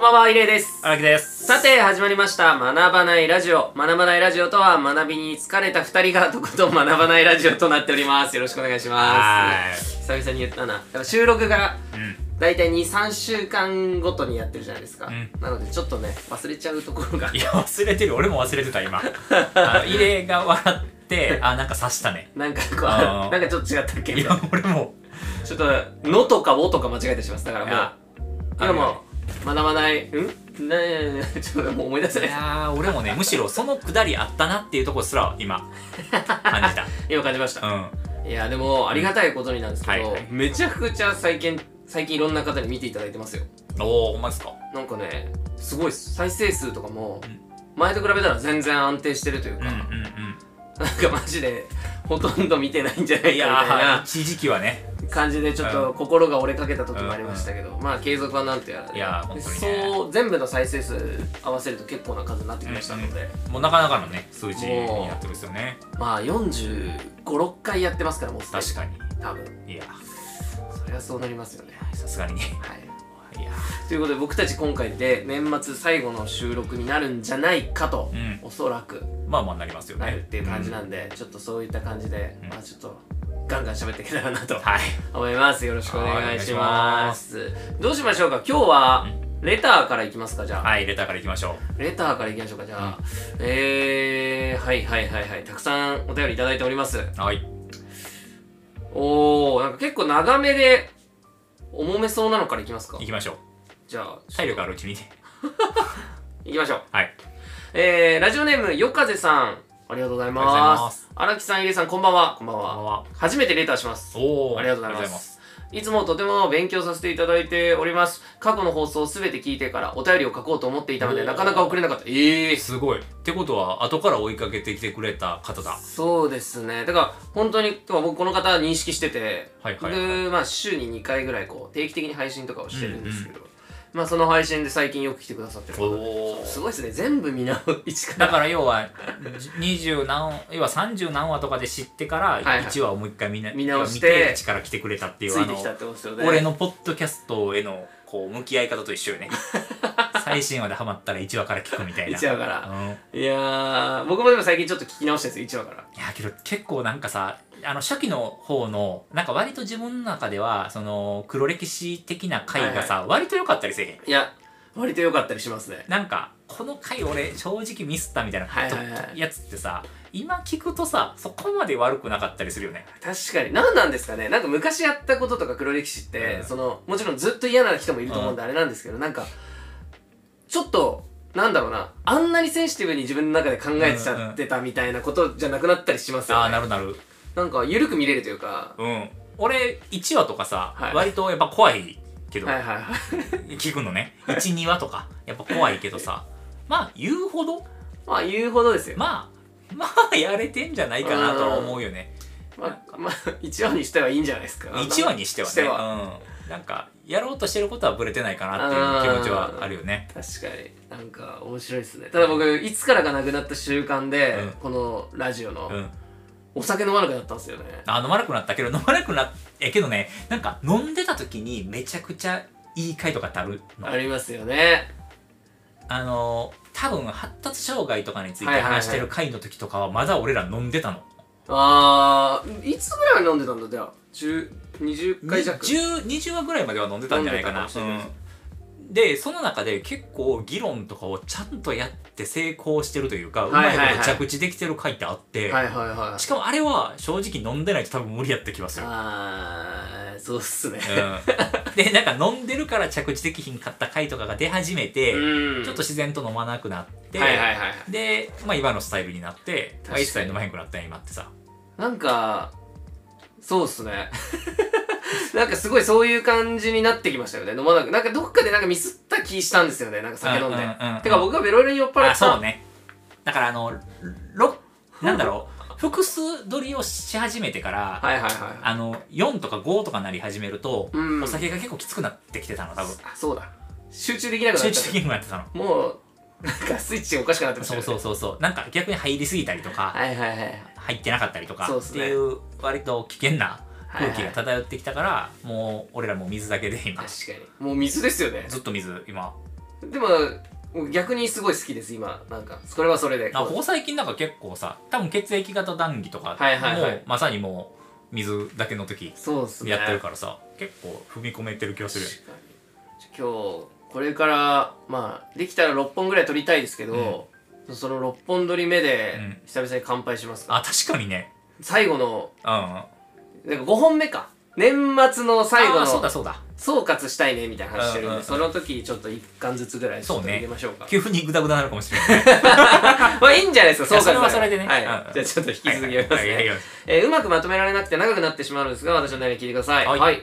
ばんは、イレイです。荒木ですさて、始まりました。学ばないラジオ。学ばないラジオとは、学びに疲れた二人がとことん学ばないラジオとなっております。よろしくお願いしまはす。久々に言ったな。やっぱ収録が、ーいうんだいたい2、3週間ごとにやってるじゃないですか。うんなので、ちょっとね、忘れちゃうところがい。や忘れてる俺も忘れて た今あのイレが笑ってあなんか刺したねなんかこう、あーなんかちょっと違ったっけいみやたいな俺 もちょっと、のとかおとか間違えてします。だからまあ、いや今も、学ばない、んねえ、ちょっともう思い出せいない。やー俺もねむしろそのくだりあったなっていうところすら今感じ今感じましたた。うんいやでもありがたいことになんですけど、はいはいめちゃくちゃ最近最近いろんな方に見ていただいてますよおおほんまですかなんかねすごいっす再生数とかもうん前と比べたら全然安定してるといううか、んうなんんかマジでほとんど見てないんじゃなうんいいかやみたいーな一時期はね感じでちょっうと心が折れかけた時もありましたけど、まあ継続はなんてやらでいやー本当にねそう全部の再生数合わせると結構な数になってきましたので、もうなかなかのね数字になってますよねまあ4 5 6回やってますからもうすでに確かに多分いやそりゃそうなりますよねさすがにねはいいやということで僕たち今回で年末最後の収録になるんじゃないかと、うんおそらくまあまあなりますよねなるっていう感じなんで、ちょっとそういった感じで、うんまあちょっとガンガン喋っていけたらなと うんはい思いますよろしくお願いしますどうしましょうか今日はレターからいきますかじゃあ、はいレターからいきましょうレターからいきましょうかじゃあ、えー、はいはいはいはいたくさんお便りいただいておりますはいおーなんか結構長めで重めそうなのからいきますか行きましょうじゃあ体力あるうちにねいきましょうはいえー、ラジオネームよかぜさんありがとうございありがとうございまますす荒木さん入江さんこんばんはこんばんこんばんは初めてレターしますおおありがとうございますいつもとても勉強させていただいております過去の放送をすべて聞いてからお便りを書こうと思っていたのでおーなかなか送れなかったええー、すごいってことは後から追いかけてきてくれた方だそうですねだから本当にてか僕この方認識してて、はいはいはいでまあ週に2回ぐらいこう定期的に配信とかをしてるんですけど、まあその配信で最近よく来てくださってる方でおすごいですね全部見直一かだらから要は20何要は30何話とかで知ってかいはいら1話をもう一回見な見直して一から来てくれたっていつうあいてのきたってことですよね俺のポッドキャストへのこう向き合い方と一緒 よね最新話でハマったら1話から聞くみたいな1話から、うんいやー、僕もでも最近ちょっと聞き直してるんですよ、1話から。いやけど結構なんかさあの初期の方のなんか割と自分の中ではその黒歴史的な回がさ、割と良かったりせえへんいや、割と良かったりしますね。なんかこの回俺正直ミスったみたいなはいはいはいやつってさ今聞くとさそこまで悪くなかったりするよね確かに。何なんですかねなんか昔やったこととか黒歴史って、うんその、もちろんずっと嫌な人もいると思うんであれなんですけど、なんか、ちょっと、なんだろうな、あんなにセンシティブに自分の中で考えてちゃってたみたいなことじゃなくなったりしますあよあね。なるなるなんか、緩く見れるというか、うん俺1話とかさ、はい割とやっぱ怖いけど、はいはい はい。聞くのね12話とかやっぱ怖いけどさまあ言うほどまあ、言うほどですよ。まあまあやれてんじゃないかなとは思うよねまあ、まあ、1話にしてはいいんじゃないですか。 1話にしてはねしてはうん、なんかやろうとしてることはブレてないかなっていう気持ちはあるよね確かになんか面白いですねただ僕いつからかなくなった習慣で、うんこのラジオの、うんお酒飲まなくなったんですよねあ飲まなくなったけど飲まなくなっえけどねなんか飲んでた時にめちゃくちゃいい回とかってあるのありますよねあの多分発達障害とかについてはいはいはい話してる回の時とかはまだ俺ら飲んでたの、あーいつぐらいまで飲んでたんだじゃあ10 20回弱10 20話ぐらいまでは飲んでたんじゃないかな飲んでたかもしれないうんでその中で結構議論とかをちゃんとやって成功してるというか、はいはいはいうまいこと着地できてる回ってあって、はいはいはいしかもあれは正直飲んでないと多分無理やった気がする。あーそうっすねうん、でなんか飲んでるから着地できひんかった回とかが出始めて、うんちょっと自然と飲まなくなって、はいはいはいで、まあ、今のスタイルになって確かにまあ一切飲まへんくなったんや今ってさなんかそうっすね なんかすごいそういう感じになってきましたよね飲まなくなんかどっかでなんかミスった気したんですよねなんか酒飲んで、うんうんうんうんてか僕がベロベロに酔っ払あっそたうねだからあのろなんだろう複数取りをし始めてから、はいはいはいあの4とか5とかなり始めると、うんお酒が結構きつくなってきてたの多分あそうだ集中できなくなっちゃ集った中的にもなってたのもうなんかスイッチがおかしくなってましたそようねそうそうそうなんか逆に入りすぎたりとかはいはいはい入ってなかったりとかそうっっすてねいう割と危険な空気はいはがい漂ってきたからもう俺らもう水だけで今確かにもう水ですよねずっと水今でも逆にすごい好きです今なんかそれはそれであここ最近なんか結構さ多分血液型談義とかも、はいはいはいまさにもう水だけの時そうっすねやってるからさ、結構踏み込めてる気がするよね確かにじゃあ今日これからまあできたら6本ぐらい撮りたいですけど、その6本撮り目でうん久々に乾杯しますか、あ確かにね最後のうんあなんか5本目か年末の最後あそうだのそうだ総括したいねみたいな話してるんで、うんうんうんその時ちょっと1巻ずつぐらいちょっとそうね入れましょうか急にグダグダになるかもしれないまあいいんじゃないですか総括いやそれはだからそれでねはい、うんうんじゃあちょっと 引き続きやりますね、はいはいはいはいえーうまくまとめられなくて長くなってしまうのですが私の内容聞いてくださいはい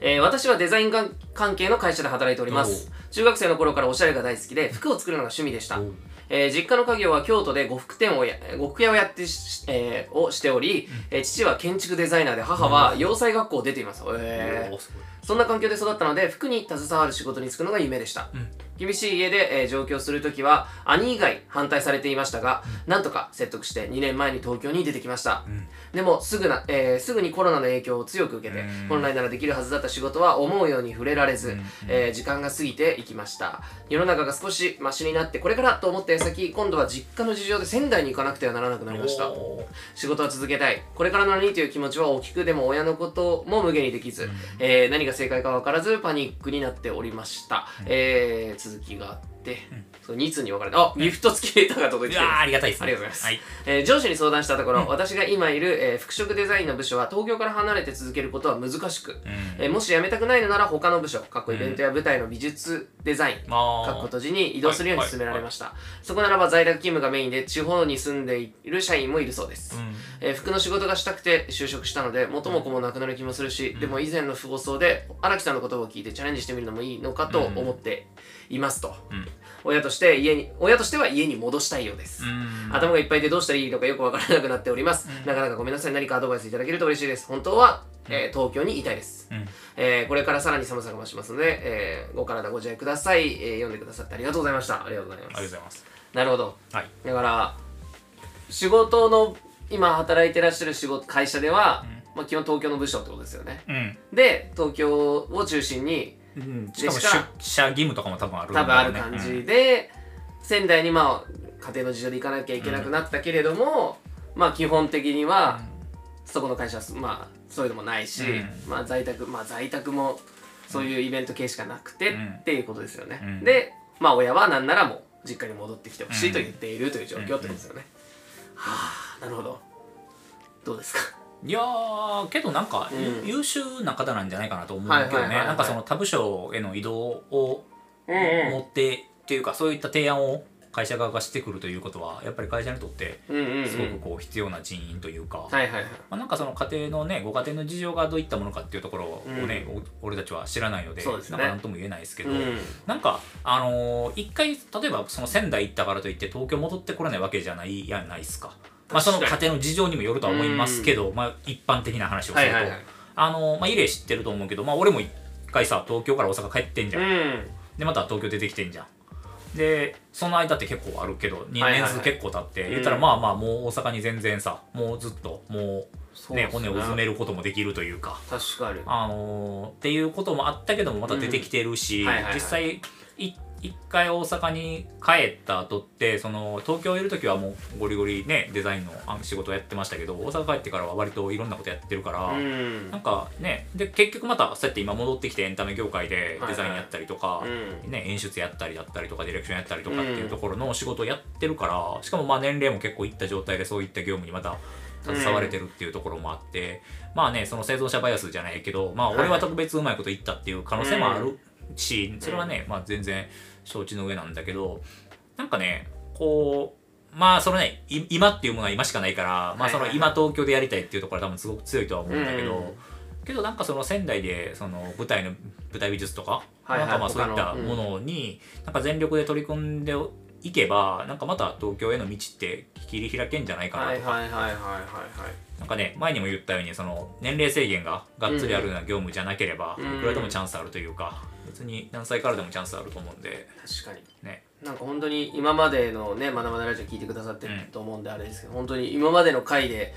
えー私はデザインが関係の会社で働いております中学生の頃からおしゃれが大好きで服を作るのが趣味でしたおうえー実家の家業は京都で呉服店をや呉服屋をやってし、えーをしており、えー父は建築デザイナーで母は洋裁学校を出ています、えーおーすごいそんな環境で育ったので服に携わる仕事に就くのが夢でした、うん厳しい家で、えー上京するときは兄以外反対されていましたが、なんとか説得して2年前に東京に出てきました、んでもすぐな、えーすぐにコロナの影響を強く受けて、うん本来ならできるはずだった仕事は思うように触れられず、えー時間が過ぎていきました世の中が少しマシになってこれからと思った矢先今度は実家の事情で仙台に行かなくてはならなくなりましたおー仕事は続けたいこれから何という気持ちは大きくでも親のことも無限にできず、えー何が正解か分からずパニックになっておりました、えー続きがあって、その2通に分かれてあギフト付きレターが届いいてるやーありがたいですねありがとうございますはいえー上司に相談したところ、私が今いる、えー服飾デザインの部署は東京から離れて続けることは難しく、えーもし辞めたくないのなら他の部署かっこイベントや舞台の美術デザイン、まあかっこ閉じに移動するように勧められました、そこならば在宅勤務がメインで地方に住んでいる社員もいるそうです、うんえー服の仕事がしたくて就職したので元も子もなくなる気もするし、でも以前の放送で荒木さんの言葉を聞いてチャレンジしてみるのもいいのかと思っていますと、うん親として家に親としては家に戻したいようです、うん頭がいっぱいでどうしたらいいのかよくわからなくなっております、なかなかごめんなさい何かアドバイスいただけると嬉しいです本当は、えー東京にいたいです、うんえーこれからさらに寒さが増しますので、えーご体ご自愛ください、えー読んでくださってありがとうございましたありがとうございありまがとうごすざいますなるほどはいだから仕事の今働いてらっしゃる仕事会社では、まあ、基本東京の部署ってことですよねうんで東京を中心にうんしかもでしか出社義務とかも多分あるんだ多ろうね分ある感じで、仙台にまあ家庭の事情で行かなきゃいけなくなったけれども、まあ基本的にはそこの会社はまあそういうのもないし、うまあ在宅まあ在宅もそういうイベント系しかなくてうんっていうことですよね、うんでまあ親はなんならもう実家に戻ってきてほしいとうん言っているという状況ってことですよね、はあなるほどどうですかいやーけどなんか、うん優秀な方なんじゃないかなと思うけはいどはいはねいはいなんかその他部署への移動をうん持ってっていうかそういった提案を会社側がしてくるということはやっぱり会社にとってうんうんうんすごくこう必要な人員というか、まはいはいはいあ、なんかその家庭のねご家庭の事情がどういったものかっていうところをね、お俺たちは知らないのでそうですねなんか何とも言えないですけど、うんなんかあのー一回例えばその仙台行ったからといって東京戻ってこれないわけじゃないやないですか。まあ、その確家かに庭の事情にもよるとは思いますけど、まあ、一般的な話をすはるいと、はいはいあのーまあ、イレイ知ってると思うけど、まあ、俺も一回さ東京から大阪帰ってんじゃん、うんでまた東京出てきてんじゃんでその間って結構あるけど2はい年はい数結構経って、うん言ったらまあまあもう大阪に全然さもうずっともう、そうねです骨を埋めることもできるというか、確かにあのーっていうこともあったけどもまた出てきてるし、うんはいはいはい実際い一回大阪に帰った後ってその東京いる時はもうゴリゴリねデザインのあの仕事をやってましたけど大阪帰ってからは割といろんなことやってるから、うんなんかねで結局またそうやって今戻ってきてエンタメ業界でデザインやったりとか、うね、演出やったりだったりとかディレクションやったりとかっていうところの仕事をやってるから、しかもまあ年齢も結構いった状態でそういった業務にまた携われてるっていうところもあって、まあねその生存者バイアスじゃないけどまあはい俺は特別うまいこと言ったっていう可能性もあるし、それはね、まあ、全然承知の上なんだけどなんかねこうまあそのねい今っていうものは今しかないから、まあ、そのはいはい今東京でやりたいっていうところは多分すごく強いとは思うんだけど。うんけどなんかその仙台でその舞台の舞台美術とか、はいはいなんかまあそういった他のうんものになんか全力で取り組んでいけばなんかまた東京への道って切り開けんじゃないかなと、はいはいはいはいはいはいなんかね前にも言ったようにその年齢制限ががっつりあるような業務じゃなければ、うんいくらでもチャンスあるというか別に何歳からでもチャンスあると思うんで確かにねなんか本当に今までのね「まだまだラジオ」聞いてくださってるうんと思うんであれですけど、本当に今までの回で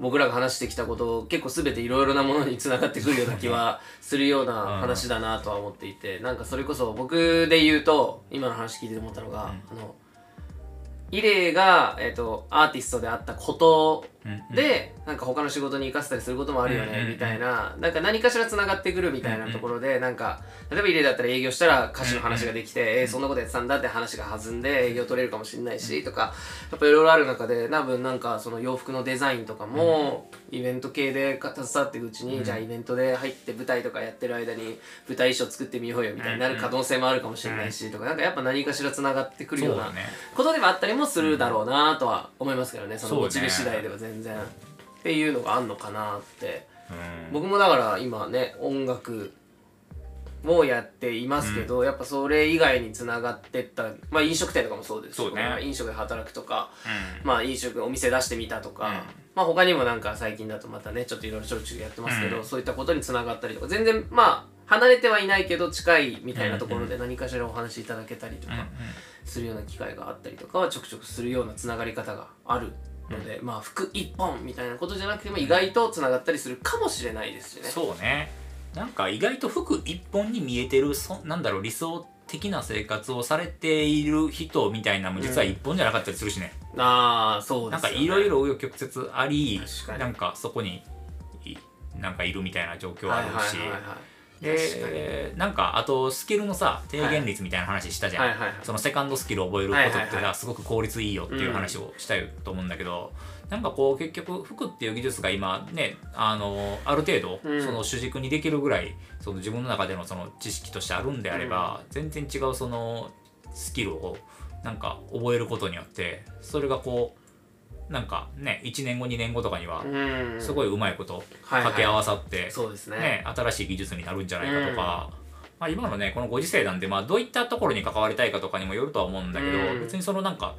僕らが話してきたこと結構全ていろいろなものにつながってくるような気はするような話だなとは思っていて、なんかそれこそ僕で言うと今の話聞いてて思ったのが、あのイレイが、えー、とアーティストであったことで、なんか他の仕事に生かせたりすることもあるようんうんねうんみたいななんか何かしらつながってくるみたいなところでなんか例えばイレイだったら営業したら歌手の話ができて、えーそんなことやってたんだって話が弾んで営業取れるかもしれないしとかやっぱいろいろある中で多分なんかその洋服のデザインとかもイベント系で携わっていくうちに、じゃあイベントで入って舞台とかやってる間に舞台衣装作ってみようよみたいになる可能性もあるかもしれないしとかなんかやっぱ何かしらつながってくるよそううなだ。ねことでもあったりもするだろうなとは思いますけどねそのそうねモチベ次第では全然、っていうのがあんのかなってうん僕もだから今ね音楽もやっていますけど、やっぱそれ以外につながってったまあ飲食店とかもそうですしそうね僕は飲食で働くとか、うんまあ飲食お店出してみたとか、うんまあ他にもなんか最近だとまたねちょっといろいろ焼酎やってますけど、うんそういったことにつながったりとか全然まあ離れてはいないけど近いみたいなところで何かしらお話しいただけたりとか、するような機会があったりとかはちょくちょくするようなつながり方があるので、まあ服一本みたいなことじゃなくても意外とつながったりするかもしれないですしね。そうねなんか意外と服一本に見えてるそなんだろう理想的な生活をされている人みたいなのも実は一本じゃなかったりするしね、ああそうでなんすよかね。いろいろ紆余曲折あり確かになんかそこにいなんかいるみたいな状況はあいるはいし、はいはい。確かに。でなんかあとスキルのさ低減率みたいな話したじゃはん、いはいはいはいそのセカンドスキルを覚えることはいってはいはさすごく効率いいよっていう話をしたいと思うんだけど、なんかこう結局服っていう技術が今ねあのある程度うんその主軸にできるぐらいその自分の中でのその知識としてあるんであれば、全然違うそのスキルをなんか覚えることによってそれがこうなんかね1年後2年後とかにはうん。すごいうまいことはいはい掛け合わさって、そうですね。ね、新しい技術になるんじゃないかとか、まあ、今のねこのご時世なんで、まあ、どういったところに関わりたいかとかにもよるとは思うんだけど、うん別にそのなんか、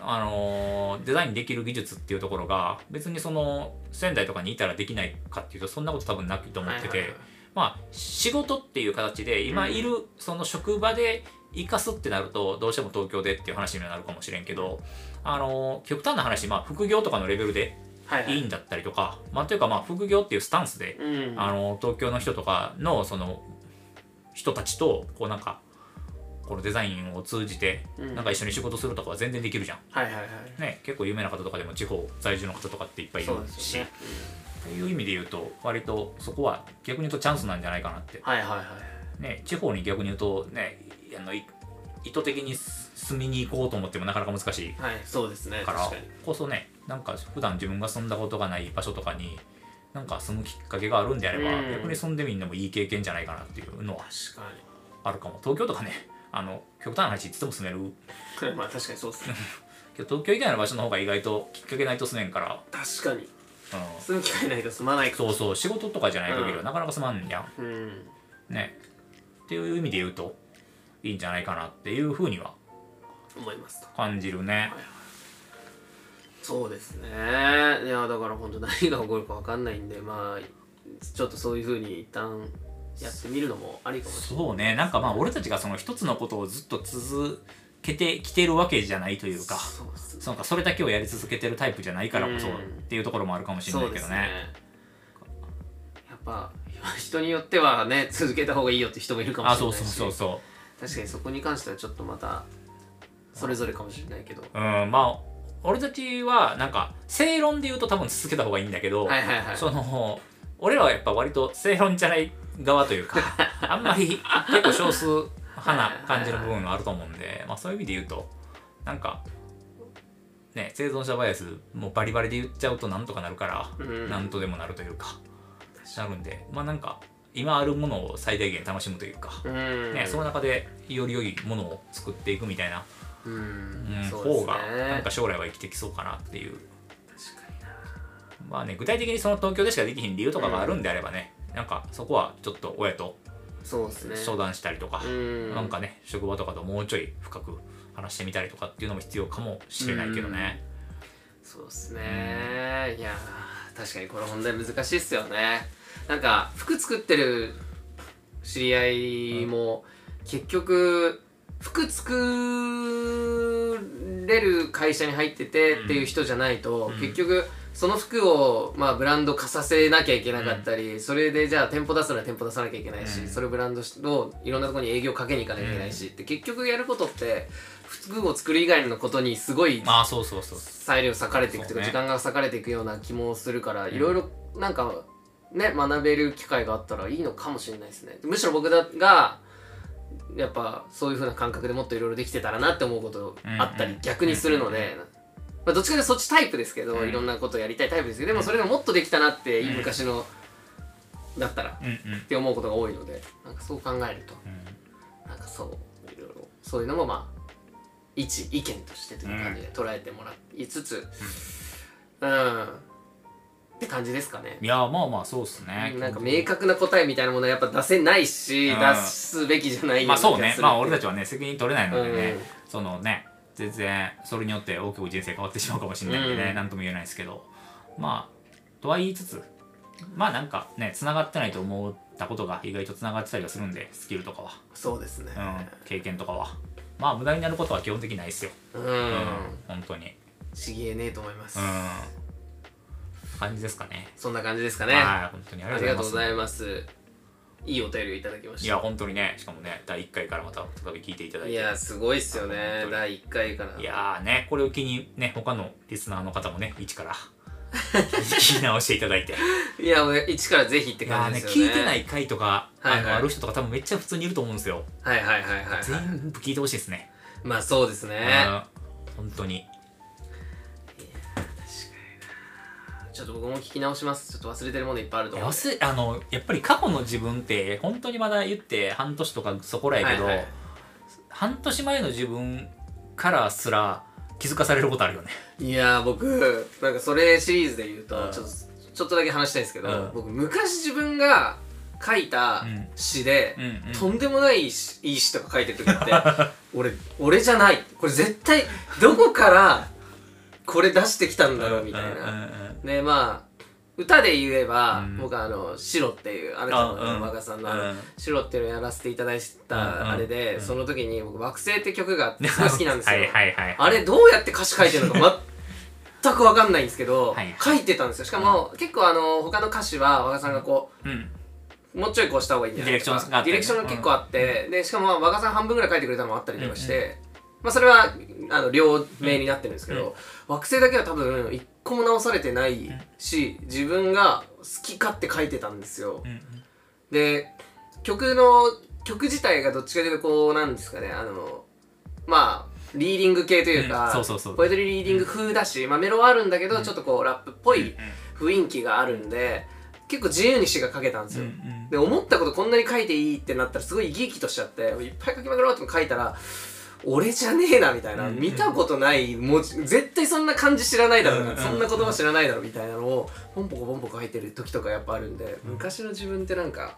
あのーデザインできる技術っていうところが別にその仙台とかにいたらできないかっていうとそんなこと多分なくと思ってて、はいはいはいまあ仕事っていう形で今いるその職場で生かすってなるとどうしても東京でっていう話にはなるかもしれんけど、あのー極端な話、まあ、副業とかのレベルではいはいいいんだったりとか、まあ、というかまあ副業っていうスタンスでうん。あの東京の人とかのその人たちとこうなんかこのデザインを通じてうんなんか一緒に仕事するとかは全然できるじゃん、はいはいはい。ね、結構有名な方とかでも地方在住の方とかっていっぱいいるそうですし、よね。っていう意味で言うと割とそこは逆に言うとチャンスなんじゃないかなって、はいはいはい。ね、地方に逆に言うとねあのい意図的に住みに行こうと思ってもなかなか難しいはいそうですね。か確らかに。こそねなんか普段自分が住んだことがない場所とかになんか住むきっかけがあるんであれば、うん逆に住んでみんのもいい経験じゃないかなっていうのは確かに。あるかも東京とかねあの極端な話いつでも住めるまあ確かにそうですね。 けど東京以外の場所の方が意外ときっかけないと住めんから、確かに。う住む機会ないと住まないん、か。そうそう仕事とかじゃない限りうはんなかなか住まんやうん。んねっていう意味で言うといいんじゃないかなっていうふうには思いますと。感じるねそうですねいやだから本当何が起こるか分かんないんでまあちょっとそういうふうに一旦やってみるのもありかもしそうねなんかまあ俺たちがその一つのことをずっと続けてきてるわけじゃないといれなういかそうですそのかそれだけをやり続けてるタイプじゃないからこそうっんていうところもあるかもしれなそいうけでどすねねやっぱ人によってはね続けた方がいいよって人もいるかもあしれそうないしそうそうそう確かにそこに関してはちょっとまたそれぞれかもしれないけどうんまあ俺たちはなんか正論で言うと多分続けた方がいいんだけど、はいはいはいその俺らはやっぱ割と正論じゃない側とい うかあんまり結構少数派な感じの部分があると思うんで、まあ、そういう意味で言うとなんかね生存者バイアスもうバリバリで言っちゃうとなんとかなるから、うんなんとでもなるというかなるんでまあなんか今あるものを最大限楽しむというか、うんね、その中でより良いものを作っていくみたいなうん、うんそうです方ねがなんか将来は生きてきそうかなっていうまあね具体的にその東京でしかできひん理由とかがあるんであればね、なんかそこはちょっと親とそうですね相談したりとか、うんなんかね職場とかともうちょい深く話してみたりとかっていうのも必要かもしれないけどね、そうですねいやー確かにこれ本題難しいっすよねなんか服作ってる知り合いも結局服作れる会社に入っててっていう人じゃないとうん結局その服を、まあ、ブランド化させなきゃいけなかったり、それでじゃあ店舗出すなら店舗出さなきゃいけないし、うんそれブランドをいろんなところに営業かけに行かなきゃいけないし、って結局やることって服を作る以外のことにすごいまあそうそうそうそう裁量割かれていくというかそ時うね間が割かれていくような気もするから、んいろいろなんかね学べる機会があったらいいのかもしれないですねむしろ僕だがやっぱそういう風な感覚でもっといろいろできてたらなって思うことあったうんりうん逆にするので、まあ、どっちかというとそっちタイプですけど、うんいろんなことやりたいタイプですけどでもそれでももっとできたなっていい昔のだったらうんうんって思うことが多いのでなんかそう考えるとうんなんかそういろいろそういうのもまあ一意見としてという感じで捉えてもらいつつうん、って感じですかねいやまあまあそうっすねなんか明確な答えみたいなものはやっぱ出せないし、うん出すべきじゃないよまあな気がそうねするまあ俺たちはね責任取れないのでね、うんそのね全然それによって大きく人生変わってしまうかもしれないんでね、うんなんとも言えないですけどまあとは言いつつまあなんかね繋がってないと思ったことが意外と繋がってたりはするんでスキルとかは、そうですねうん、経験とかはまあ無駄になることは基本的にないですよ、うん、うん本当にちぎえねえと思います、うん感じですかねそんな感じですかねはい本当にあありりががととううごございますざいますいいお便りをいただきましいたや本当にねしかもね第1回からまた再び聞いていただいていやすごいっすよ本当ねに第1回からいやーね、これを機にね、他のリスナーの方もね、一から 聞き直していた だいて。いやもう一からぜひっていやー感ねじ、ですよ聞ねいてない回とか、はいあはいの、ある人とか多分めっちゃ普通にいると思うんですよ。はいはいはいはい、はい、全部聞いてほしいですね。まあそうですねうん本当に。ちょっと僕も聞き直しますちょっと忘れてるものいっぱいあると思う忘れあの、やっぱり過去の自分って、本当にまだ言って半年とかそこらやけど、はいはい半年前の自分からすら気づかされることあるよね。いやー僕なんかそれシリーズで言うとうんちょっとちょっとだけ話したいんですけど、うん僕昔自分が書いたうん詩で、うんうんとんでもない詩いい詩とか書いてる時って 俺俺じゃないこれ絶対どこからこれ出してきたんだろうみたいな、うんうんうんでまあ歌で言えば、うん僕はあの「白」っていうあなたあうんの若さんのうん「白」っていうのをやらせていただいうんたあれで、うんその時に僕「惑星」って曲があ ってすごい好きなんですよ、はいはいはい。あれどうやって歌詞書いてるの か全く分かんないんですけど、はいはい書いてたんですよしかも、結構あの他の歌詞は若さんがこううん。もうちょいこうした方がいいんじゃないディレクションがあってねディレクションが結構あって、でしかもまあ若さん半分ぐらい書いてくれたのもあったりとかして、まあそれはあの両名になってるんですけど、惑星だけは多分一個も直されてないし、自分が好き勝手書いてたんですよ、うんうんで曲の曲自体がどっちかというとこうなんですかねあのまあリーディング系というか、うんそうそうそうポエトリーリーディング風だし、まあ、メロはあるんだけど、ちょっとこうラップっぽい雰囲気があるんで結構自由に詩が書けたんですうんよ、うんで思ったことこんなに書いていいってなったらすごい生き生きとしちゃっていっぱい書きまくろうって書いたら俺じゃねえなみたいな、うん見たことない文字絶対そんな漢字知らないだろうな、うんそんな言葉知らないだろうみたいなのをポンポコポンポコ書いてる時とかやっぱあるんで、昔の自分ってなんか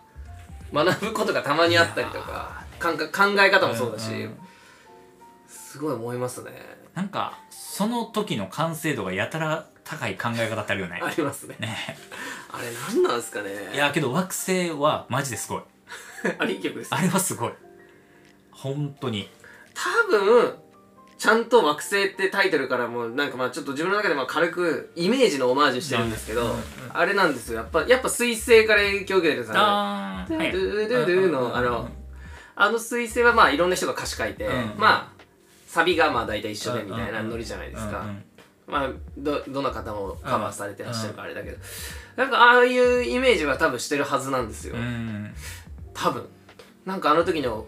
学ぶことがたまにあったりとか感覚考え方もそうだし、うんうんすごい思いますねなんかその時の完成度がやたら高い考え方ってあるよねありますねねあれ何なんですかねいやけど惑星はマジですごい あれいい曲ですあれはすごい本当に多分ちゃんと「惑星」ってタイトルからもなんかまあちょっと自分の中でまあ軽くイメージのオマージュしてるんですけど、あれなんですよやっぱやっぱ彗星から影響を受けてるんですよねあドゥドゥドゥドゥのあのあの彗星はまあいろんな人が歌詞書いて、うんまあサビがまあ大体一緒でみたいなノリじゃないですか、うんまあどどの方もカバーされてらっしゃるからあれだけど、なんかああいうイメージは多分してるはずなんですよ、うんうん多分なんかあの時の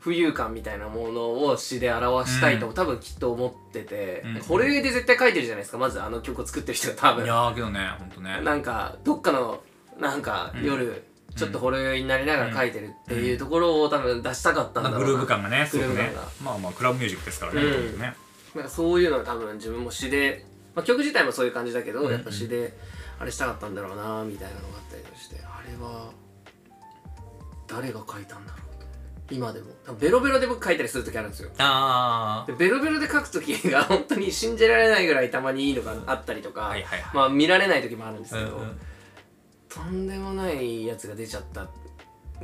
浮遊感みたいなものを詩で表したいと、うん多分きっと思ってて、うんこれで絶対書いてるじゃないですかまずあの曲を作ってる人が多い分やーけどね本当ねなんかどっかのなんかうん夜、ちょっとほろ酔いになりながら書いてるっていうところを多分出したかったんだなんろうかなグルーヴ感がねすごくグルーねヴ感がまあまあクラブミュージックですからねうん本当にねなんかそういうのが多分自分も詩で、まあ、曲自体もそういう感じだけど、うんやっぱ詩であれしたかったんだろうなみたいなのがあったりとかしてあれは誰が書いたんだろうと今でも多分ベロベロで僕書いたりする時あるんですよあでベロベロで書く時が本当に信じられないぐらいたまにいいのがあったりとか、はいはいはいまあ見られない時もあるんですーうけど、んうんとんでもないやつが出ちゃった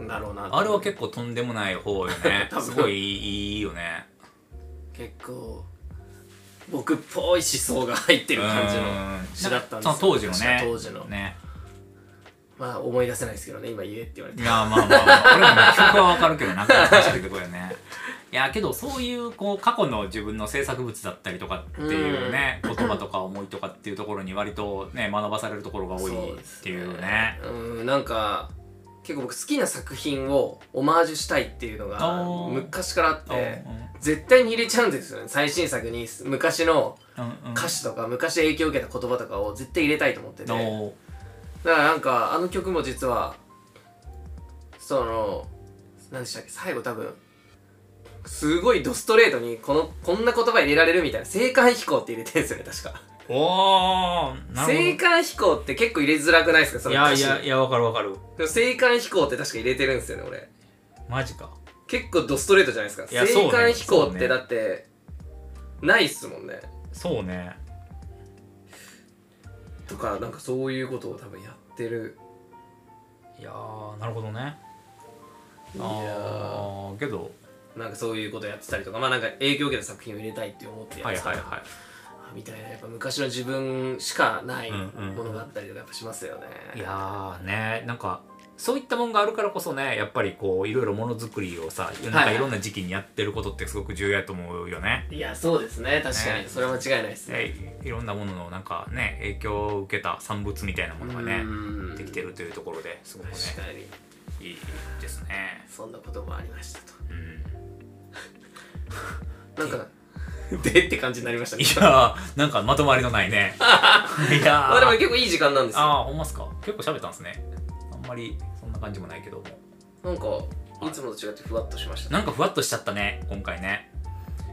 んだろうなってあれは結構とんで もない方よね多分すごいいいいいよね結構僕っぽい思想が入ってる感じの詩だったんですその当時の確かね当時の、ねまあ思い出せないですけどね今言えって言われいてやまあまあ、まあ、俺もね曲はわかるけどなかなかしてるとこよねいやけどそういうこう過去の自分の制作物だったりとかっていうね、言葉とか思いとかっていうところに割とね学ばされるところが多いっていうねうんなんか結構僕好きな作品をオマージュしたいっていうのがおー昔からあってうん絶対に入れちゃうんですよね最新作に昔のうんうん歌詞とか昔影響を受けた言葉とかを絶対入れたいと思っててだのからなんかあの曲も実はその何でしたっけ最後多分すごいドストレートにこのこんな言葉入れられるみたいな「青函飛行」って入れてるんですよね確かおー青なる函飛行って結構入れづらくないですかほそどいの歌やい詞やいやわかるわかるでも青函飛行って確か入れてるんですよね俺マジか結構ドストレートじゃないですかいやそ青うね函飛行っそうてねだってないっすもんねそうねとかなんかそういうことを多分やってるいやーなるほどねいやーああけどなんかそういうことやってたりとかまあなんか影響を受けた作品を入れたいって思ってやはっいてたはいりとかはいみたいなやっぱ昔の自分しかないうんうんうんものがあったりとかやっぱしますよね、いやーねなんかそういったもんがあるからこそねやっぱりこういろいろものづくりをさなんはいはかいいろんな時期にやってることってすごく重要やと思うよね。いやそうですね確かに、ねそれは間違いないですねでいろんなもののなんかね影響を受けた産物みたいなものがねうんできてるというところですごくね確かにいいですね。そんなこともありましたとうん、なんか でって感じになりましたねいやーなんかまとまりのな いね。いやまあでもー結構いい時間なんですよあーほんまっすか結構喋ったんですね。あんまりそんな感じもないけどもなんかいつもと違ってふわっとしましたねなんかふわっとしちゃったね今回ね。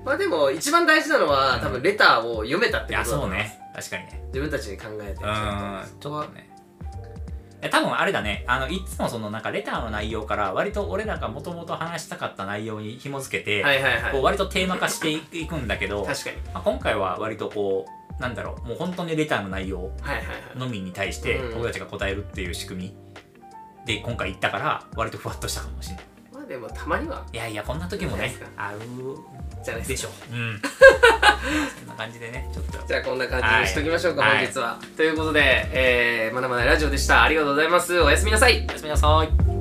まあでも一番大事なのは、うん多分レターを読めたっいてこやとだとそう思いますね確かにね。自分たちに考えてちゃんうん、ちょっとね。え多分あれだね、あのいつもそのなんかレターの内容から、割と俺らがもともと話したかった内容に紐付けて、とはいはいはいこう割とテーマ化していくいくんだけど、確かにまあ、今回は割とこう、なんだろう、もう本当にレターの内容はいはいはいのみに対して、うん僕たちが答えるっていう仕組みで今回言ったから、割とふわっとしたかもしれない。まあでもたまにはいやいや、こんな時もいいねんじゃ、あじゃなういででしすょか。うん。 そんな感じでね、ちょっと。じゃあこんな感じにしときましょうか、はい本日は、ということで、えー、まだまだラジオでしたありがとうございますおやすみなさいおやすみなさい。